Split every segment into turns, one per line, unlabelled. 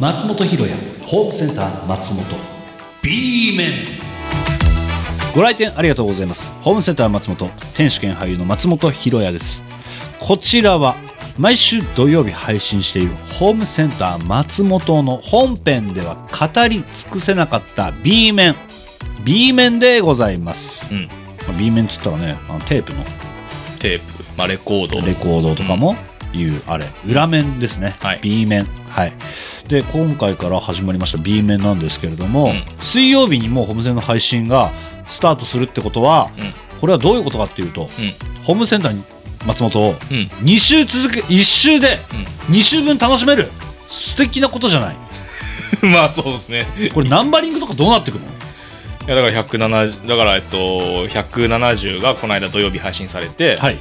松本ひろやホームセンター松本
B 面
ご来店ありがとうございますホームセンター松本天使兼俳優の松本ひろやですこちらは毎週土曜日配信しているホームセンター松本の本編では語り尽くせなかった B 面 B 面でございます、
うん
まあ B 面っつったらねあのテープの
テープ、まあ、レコード
レコードとかもいう、あれ裏面ですね、
はい
B 面はいで今回から始まりました B 面なんですけれども、
うん
水曜日にもうホームセンの配信がスタートするってことは、
う
これはどういうことかっていうと、
う
ホームセンターに松本を
んうん
2週続け1週で2週分楽しめる素敵なことじゃ ない
うんまあそうですね
これナンバリングとかどうなってくるの
いやだから170だからえっと170がこの間土曜日配信されて、
はい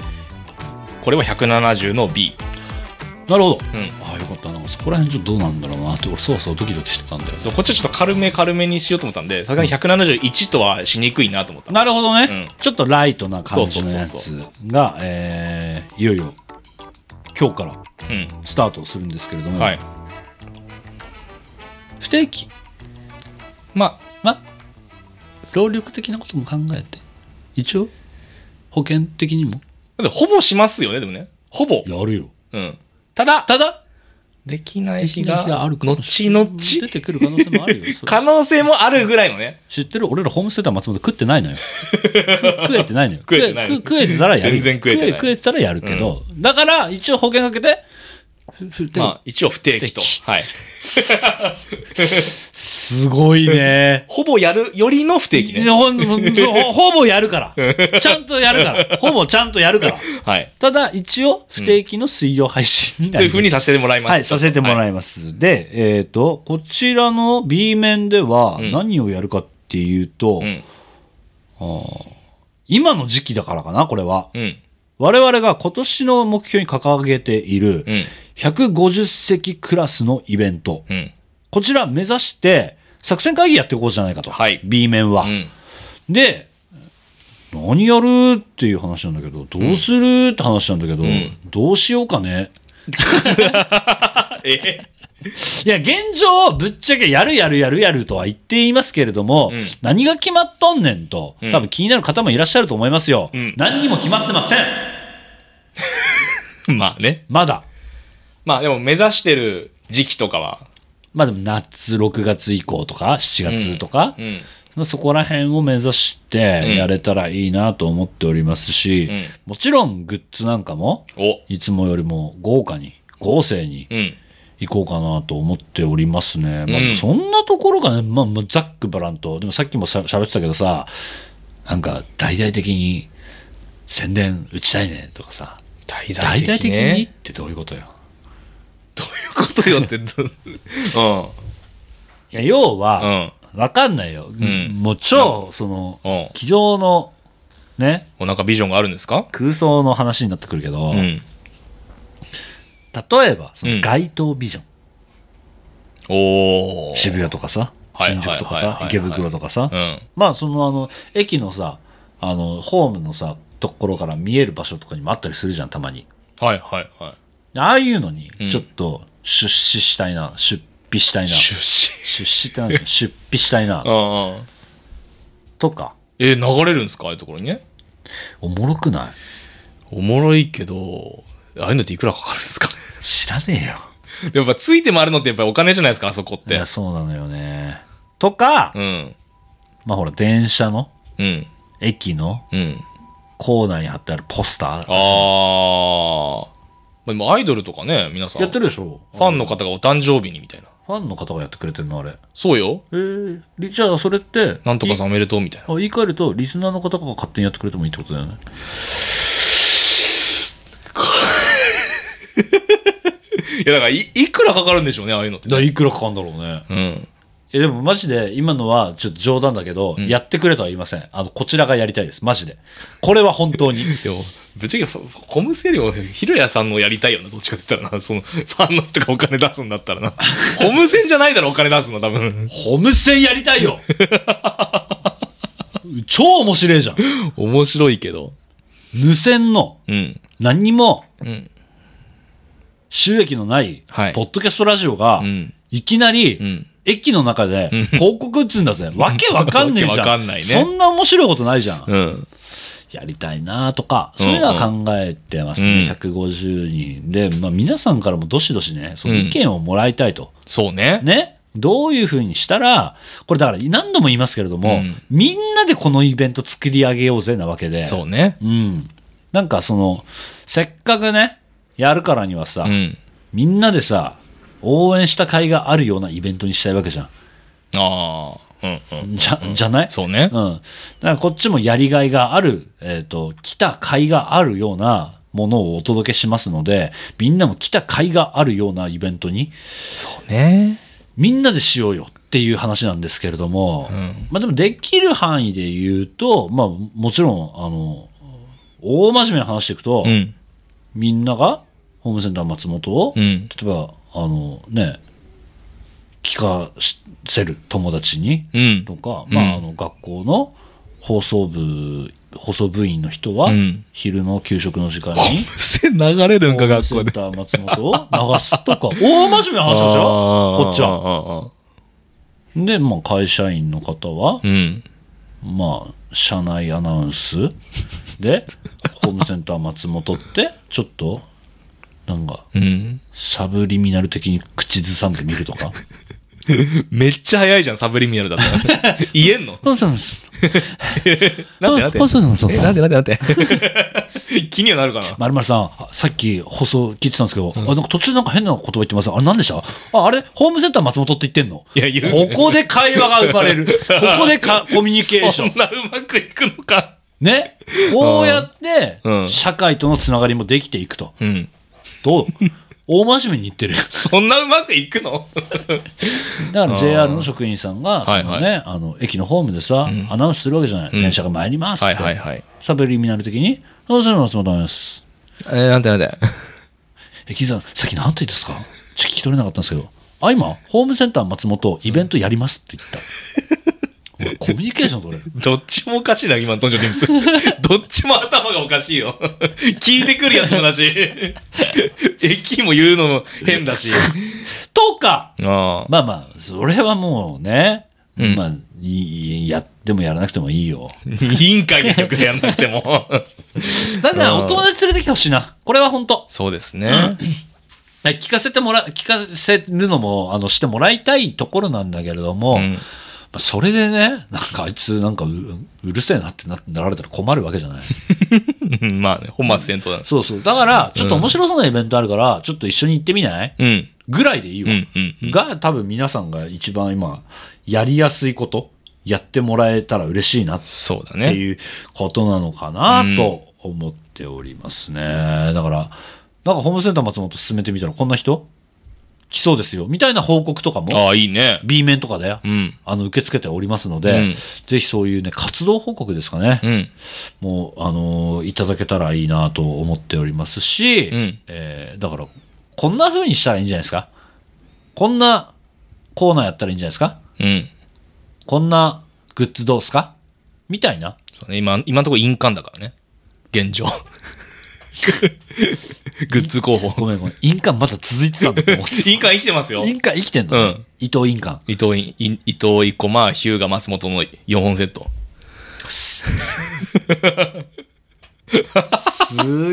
これは170の B
なるほど、
うん
ああよかったなんかそこら辺ちょっとどうなんだろうなって俺そわそわドキドキしてたんだよ
そうこっちはちょっと軽め軽めにしようと思ったんでさすがに171とはしにくいなと思った
なるほどね、
うん
ちょっとライトな感じのや
そう
つ
そう
が、えーいよいよ今日から
うん
スタートするんですけれども、
はい
不定期
まあ
まあ労力的なことも考えて一応保険的にも
だってほぼしますよねでもねほぼ
やるよ
うんただ
ただ
できない日
できない日が
が
あるかも
後々
出てくる可能性もある よそれ
可能性もあるぐらいのね
知ってる俺らホームセンター松本食ってないのよ食食えてないのよ
食えてない
食食えてたらやるよ
全然食えてない
食えたらやるけど、だから一応保険かけてふ不定期
まあ一応不定期と
不定
はい
すごいね
ほぼやるよりの不定期
い
ね
やほんほんほ ほぼやるから。 ちゃんとやるから。ほぼちゃんとやるから。
はい
ただ、一応、不定期の水曜配信にな
と
り
いう
ます。
ふうにさせてもらいます
はい、させても
は
らいます。で、えっ、と、こちらの B 面では
ん
何をやるかっていうと、
うん
今の時期だからかな、これは。
うん
我々が今年の目標に掲げている
うん
150席クラスのイベント。
うん
こちら目指して、作戦会議やっていこうじゃないかと。
はい
B 面は。
うん
で何やるっていう話なんだけどどうするって話なんだけど、
ん
どうしようかね
え
いや現状ぶっちゃけやるやるやるやるとは言っていますけれども、
うん
何が決まっとんねんと
うん
多分気になる方もいらっしゃると思いますよ、
うん
何にも決まってません
まあね。
まだ
まあでも目指してる時期とかは、
まあでも夏6月以降とか7月とか、
うん。
まあそこら辺を目指してやれたらいいなと思っておりますし、
うん
もちろんグッズなんかも
お。
いつもよりも豪華に豪勢に
うん。
行こうかなと思っておりますね。まあ
うん
そんなところがね、まあ、まあざっくばらんと、でもさっきもしゃ喋ってたけどさ、なんか大々的に宣伝打ちたいねとかさ、
大
大々的にっ
ね
てどういうことよ。
どういうことよって、ど
いや要
うん。う
は、
ん。
わかんないよ。
ん
もう超、その、
うん
机上のね、
お腹ビジョンがあるんですか
空想の話になってくるけど、
うん。
例えば、そうの
ん
街頭ビジョン、
おー。
渋谷とかさ、
はい
新宿とか
はいはい
さ
は、い
池袋とかさ、
うん。
まあそのあの駅のさあのホームのさところから見える場所とかにもあったりするじゃんたまに
はいはいは
ああいうのに
うん。
ちょっと出資したいな、出費したいない
出資。
出資って 何出費したいな
うんうん。
とか
え、流れるんですかああいうところにね。
おもろくない
おもろいけど、ああいうのっていくらかかるんですか ね
知らねえよ
やっぱついて回るのってやっぱりお金じゃないですかあそこっ
い
て
や。そうなのよねとか、
うん。
まあほら電車の
うん。
駅の
うん。
構内に貼ってあるポスタ
あ
ー
ー。まあでもアイドルとかね、皆さん。
やってるでしょ
ファンの方がお誕生日にみたいな。
ファンの方がやってくれてるのあれ
そうよ。
えー、りじゃあそれって
なんとかさんおめでとうみたいな。
あ言い換えるとリスナーの方が勝手にやってくれてもいいってことだよね
いや、だからい、いくらかかるんでしょうね、ああいうのって。
だいくらかかんだろうね
うん。
いやでもマジで今のはちょっと冗談だけど、やってくれとは言いませんあのこちらがやりたいですマジでこれは本当に
でも、ぶっちゃけ、ファコムセよりも、ひろやさんのやりたいよな、どっちかって言ったらな。その、ファンの人がお金出すんだったら な。ホムセンじゃないだろ、お金出すの、多分。
ホームセンやりたいよ 超面白いじゃん
面白いけど。
無線の
うん。
何にも
うん。
収益のない、
はい
ポッドキャストラジオが、
うん。
いきなり、
うん。
駅の中で広告打つんだぜ。わ けわかんねえじゃん。
わけわかんないね
そんな面白いことないじゃん。
うん。
やりたいなとか、そういうのは考えてます
う
ね。
んうん
150人で、まあ皆さんからもどしどしね、その意見をもらいたいと。
そうね。
ね。どういうふうにしたら、これだから何度も言いますけれども、
うん
みんなでこのイベント作り上げようぜなわけで。
そうね。
うん。なんかその、せっかくね、やるからにはさ、
うん。
みんなでさ、応援した甲斐があるようなイベントにしたいわけじゃ
ああ。うんうん。
ん。じゃ、じゃない
そうね。
うん。だからこっちもやりがいがある、えっ、と、来た甲斐があるようなものをお届けしますので、みんなも来た甲斐があるようなイベントに、
そうね。
みんなでしようよっていう話なんですけれども、
ん
まあでもできる範囲で言うと、まあもちろん、あの、大真面目に話していくと、
うん。
みんながホームセンター松本を、
う
例
ん。
えば、あのね、聞かせる友達に
うん。
とか、
うん
まあ、あの学校の放送部放送部員の人は、
うん
昼の給食の時間に
線流れるん
ホ
か、
ーム
学
セ
校
ン
で。
ター松本を流すとか 大真面目な話でしょこっちは。
は。
で、まあ、会社員の方は、
うん。
まあ、社内アナウンスでホームセンター松本ってちょっとなんか
うん。
サブリミナル的に口ずさんでみると か。
めっちゃ早いじゃん、サブリミナルだったら。言えんの
ホームセンター松
なんでなんで
本そうそうそう
えなんでなんでなんで気にはなるかな
まるまるさん、あさっき放送聞いてたんですけど、あなんか途中なんか変な言葉言ってます。あれ何でしたああれホームセンター松本って言ってんの
いや言う
ここで会話が生まれる。ここ でかコミュニケーシ
そ
ョン
ん。なうまくいくのか。
ね。こうやって
う、ん
社会とのつながりもできていくと。
うん。
どう大真面目に言ってる。
そんなうまくいくの
だから JR の職員さんが、そ
はいはい
のね、あの、駅のホームでさ、アナウンスするわけじゃない。電車が参りますって。
はい。
サブリミナル的に、ホームセンター松本です。
えー、なんでなんで
え、キさん、さっき何て言ったんですかちょっと聞き取れなかったんですけど。あ、今、ホームセンター松本、イベントやりますって言った。お前コミュニケーション取れる。
どっちもおかしいな、今の登場人物。どっちも頭がおかしいよ。聞いてくるやつもだし。駅も言うのも変だし。
とか
ああ。
まあまあ、それはもうね、
うん
まあ、いいやってもやらなくてもいいよ。
委員会でよくやんなくても。
ただ、
うん
お友達連れてきてほしいな。これは本当
そうですね。
はい聞かせてもら、聞かせるのも、あの、してもらいたいところなんだけれども、
うん
まあそれでね、なんかあいつ、なんかう、うるせえなってななられたら困るわけじゃない。
うんまあね、本末転倒だ。
そうそう。だから、ちょっと面白そうなイベントあるから、ちょっと一緒に行ってみない
うん。
ぐらいでいいわ。
うんうんうん
が、多分皆さんが一番今、やりやすいこと、やってもらえたら嬉しいなっ
そうだ
て
ね。
いうことなのかなと思っておりますね。だから、なんかホームセンター松本進めてみたら、こんな人来そうですよ。みたいな報告とかも、
ああ、いいね。
B 面とかで、
うん。
あの、受け付けておりますので、
うん
ぜひそういうね、活動報告ですかね。
うん。
もう、あのーいただけたらいいなと思っておりますし、
うん
えーだから、こんな風にしたらいいんじゃないですかこんなコーナーやったらいいんじゃないですか
うん。
こんなグッズどうすかみたいな。
そうね、今、今のところ印鑑だからね。現 状。グッズ候補。
ごめんご めん。印鑑まだ続いてたんだと思っ て。
印鑑生きてますよ。
印鑑生きてんの、
うん
伊藤印鑑。
伊藤い、い伊藤生駒、ヒューガ、松本の4本セット。
す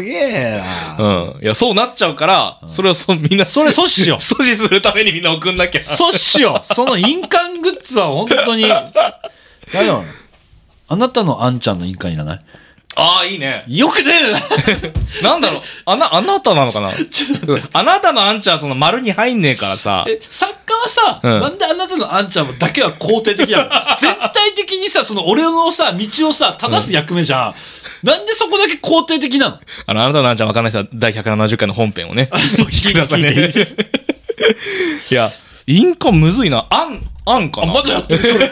げえな。
うん。いや、そうなっちゃうから、それをそう、みんな、
それ阻止しよう。
阻止するためにみんな送んなきゃ。
阻止しよう。その印鑑グッズは本当に、大丈夫なのあなたのあんちゃんの印鑑いらな
ああ、いいね。
いよくねえな
なん だろう。あな、あなたなのかなあなたのアンチはその丸に入んねえからさ。
え作家はさ、
うん
なんであなたのあんちゃんだけは肯定的な の全体的にさその俺のさ道をさ正す役目じゃん、なんでそこだけ肯定的なの
あの、あなたのアンチはわかんない人は第170回の本編をね、お聞 きくださいね。 いや、印鑑むずいな。あん、あんか
あ
な。
まだやってる それ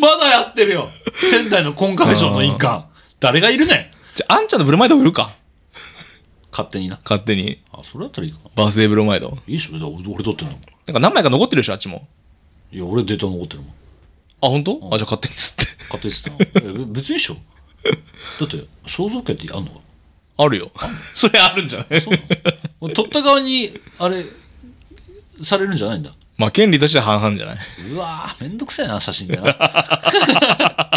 まだやってるよ仙台のコンカフェ賞の印鑑誰がいるねん
じゃあ、あんちゃんのブロマイド売るか。
勝手にな
勝手に。
あそれだったらいいかな
バースデーブロマイド。
いいっしょだって俺俺取ってんだもん
なんか何枚か残ってるでしょ、あっちも。
いや俺データ残ってるもん
あ、本当？あ、じゃあ勝手に吸って。
勝手にすって別にいいっしょだって肖像権ってあんのか
あるよ。 それあるんじゃない
俺 取った側に、あれ、されるんじゃないんだ。
まあ、権利としては半々じゃないう
わー、めんどくさいな、写真でな。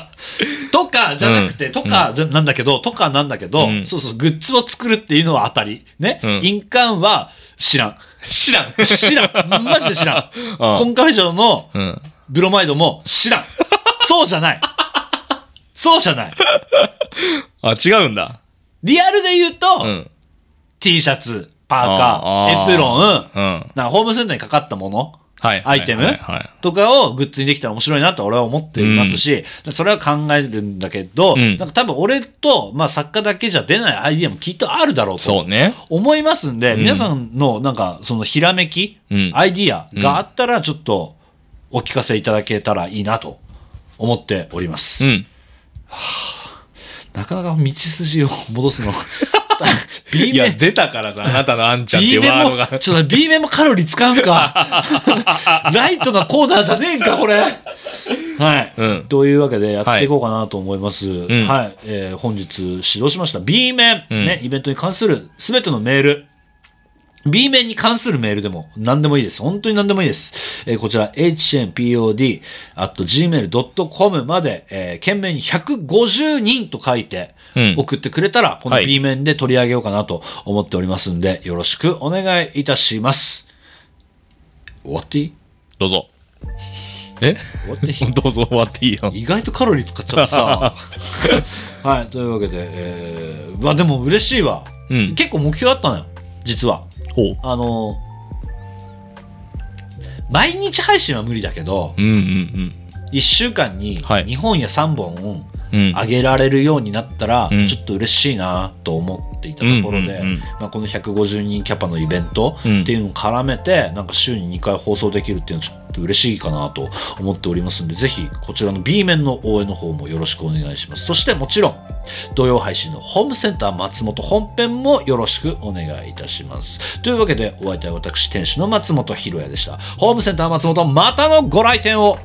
とかじゃなくて、とかじゃなんだけど、とかなんだけど、
うん
そうそう、グッズを作るっていうのは当たり。ね。
うん
印鑑は知らん。
知らん。
知ら ん。マジで知らん。
ああ
コンカフェ嬢の
うん。
ブロマイドも知らん。そうじゃない。そうじゃない。
あ、違うんだ。
リアルで言うと、
うん。
T シャツ、パー
あ
カ
あ
ー、エプロン、
うん。
なんかホームセンターにかかったもの、
はい。
アイテム
はいはいはい。
とかをグッズにできたら面白いなと俺は思っていますし、それは考えるんだけど、
うん
なんか多分俺と、まあ、作家だけじゃ出ないアイディアもきっとあるだろう
そ
と
うね。
思いますんで、
ん
皆さんのなんかそのひらめき、
うん
アイディアがあったらちょっとお聞かせいただけたらいいなと思っております。
うん。
なかなか道筋を戻 すの。B
いや、
面、
出たから さ、あなたのあんちゃんってい
B
うワー
面
ドが。
も、ちょっと B 面もカロリー使うん か。ライトなコーナーじゃねえんか、これ。はい。
うん
というわけでやっていこうかなと思います。はい。
ん
えー本日指導しました B 面、
うん
ね、イベントに関するすべてのメール。B 面に関するメールでも何でもいいです。本当に何でもいいです。えーこちら、hnpod.gmail.com まで、えー、懸命に150人と書いて
うん
送ってくれたら、この
はい
B 面で取り上げようかなと思っておりますんで、よろしくお願いいたします。終わっていい
どう ぞ。え
終わっていい
どうぞ終わっていいよ。
意外とカロリー使っちゃって さ。はい、というわけで、えー、まあでも嬉しいわ。
うん
結構目標あったのよ、実は。
ほう。
あのー毎日配信は無理だけど、
うんうん
1週間に
はい
2本や3本
うん。うん。
上げられるようになったら、
うん
ちょっと嬉しいなと思っていたところで、
うんうんうん
まあ、この150人キャパのイベントって
うん
いうのを絡めて、なんか週に2回放送できるっていうのはちょっと嬉しいかなと思っておりますんで、ぜひこちらの B 面の応援の方もよろしくお願いします。そしてもちろん、土曜配信のホームセンター松本本編もよろしくお願いいたします。というわけで、お相手は私、店主の松本ひろやでした。ホームセンター松本、またのご来店を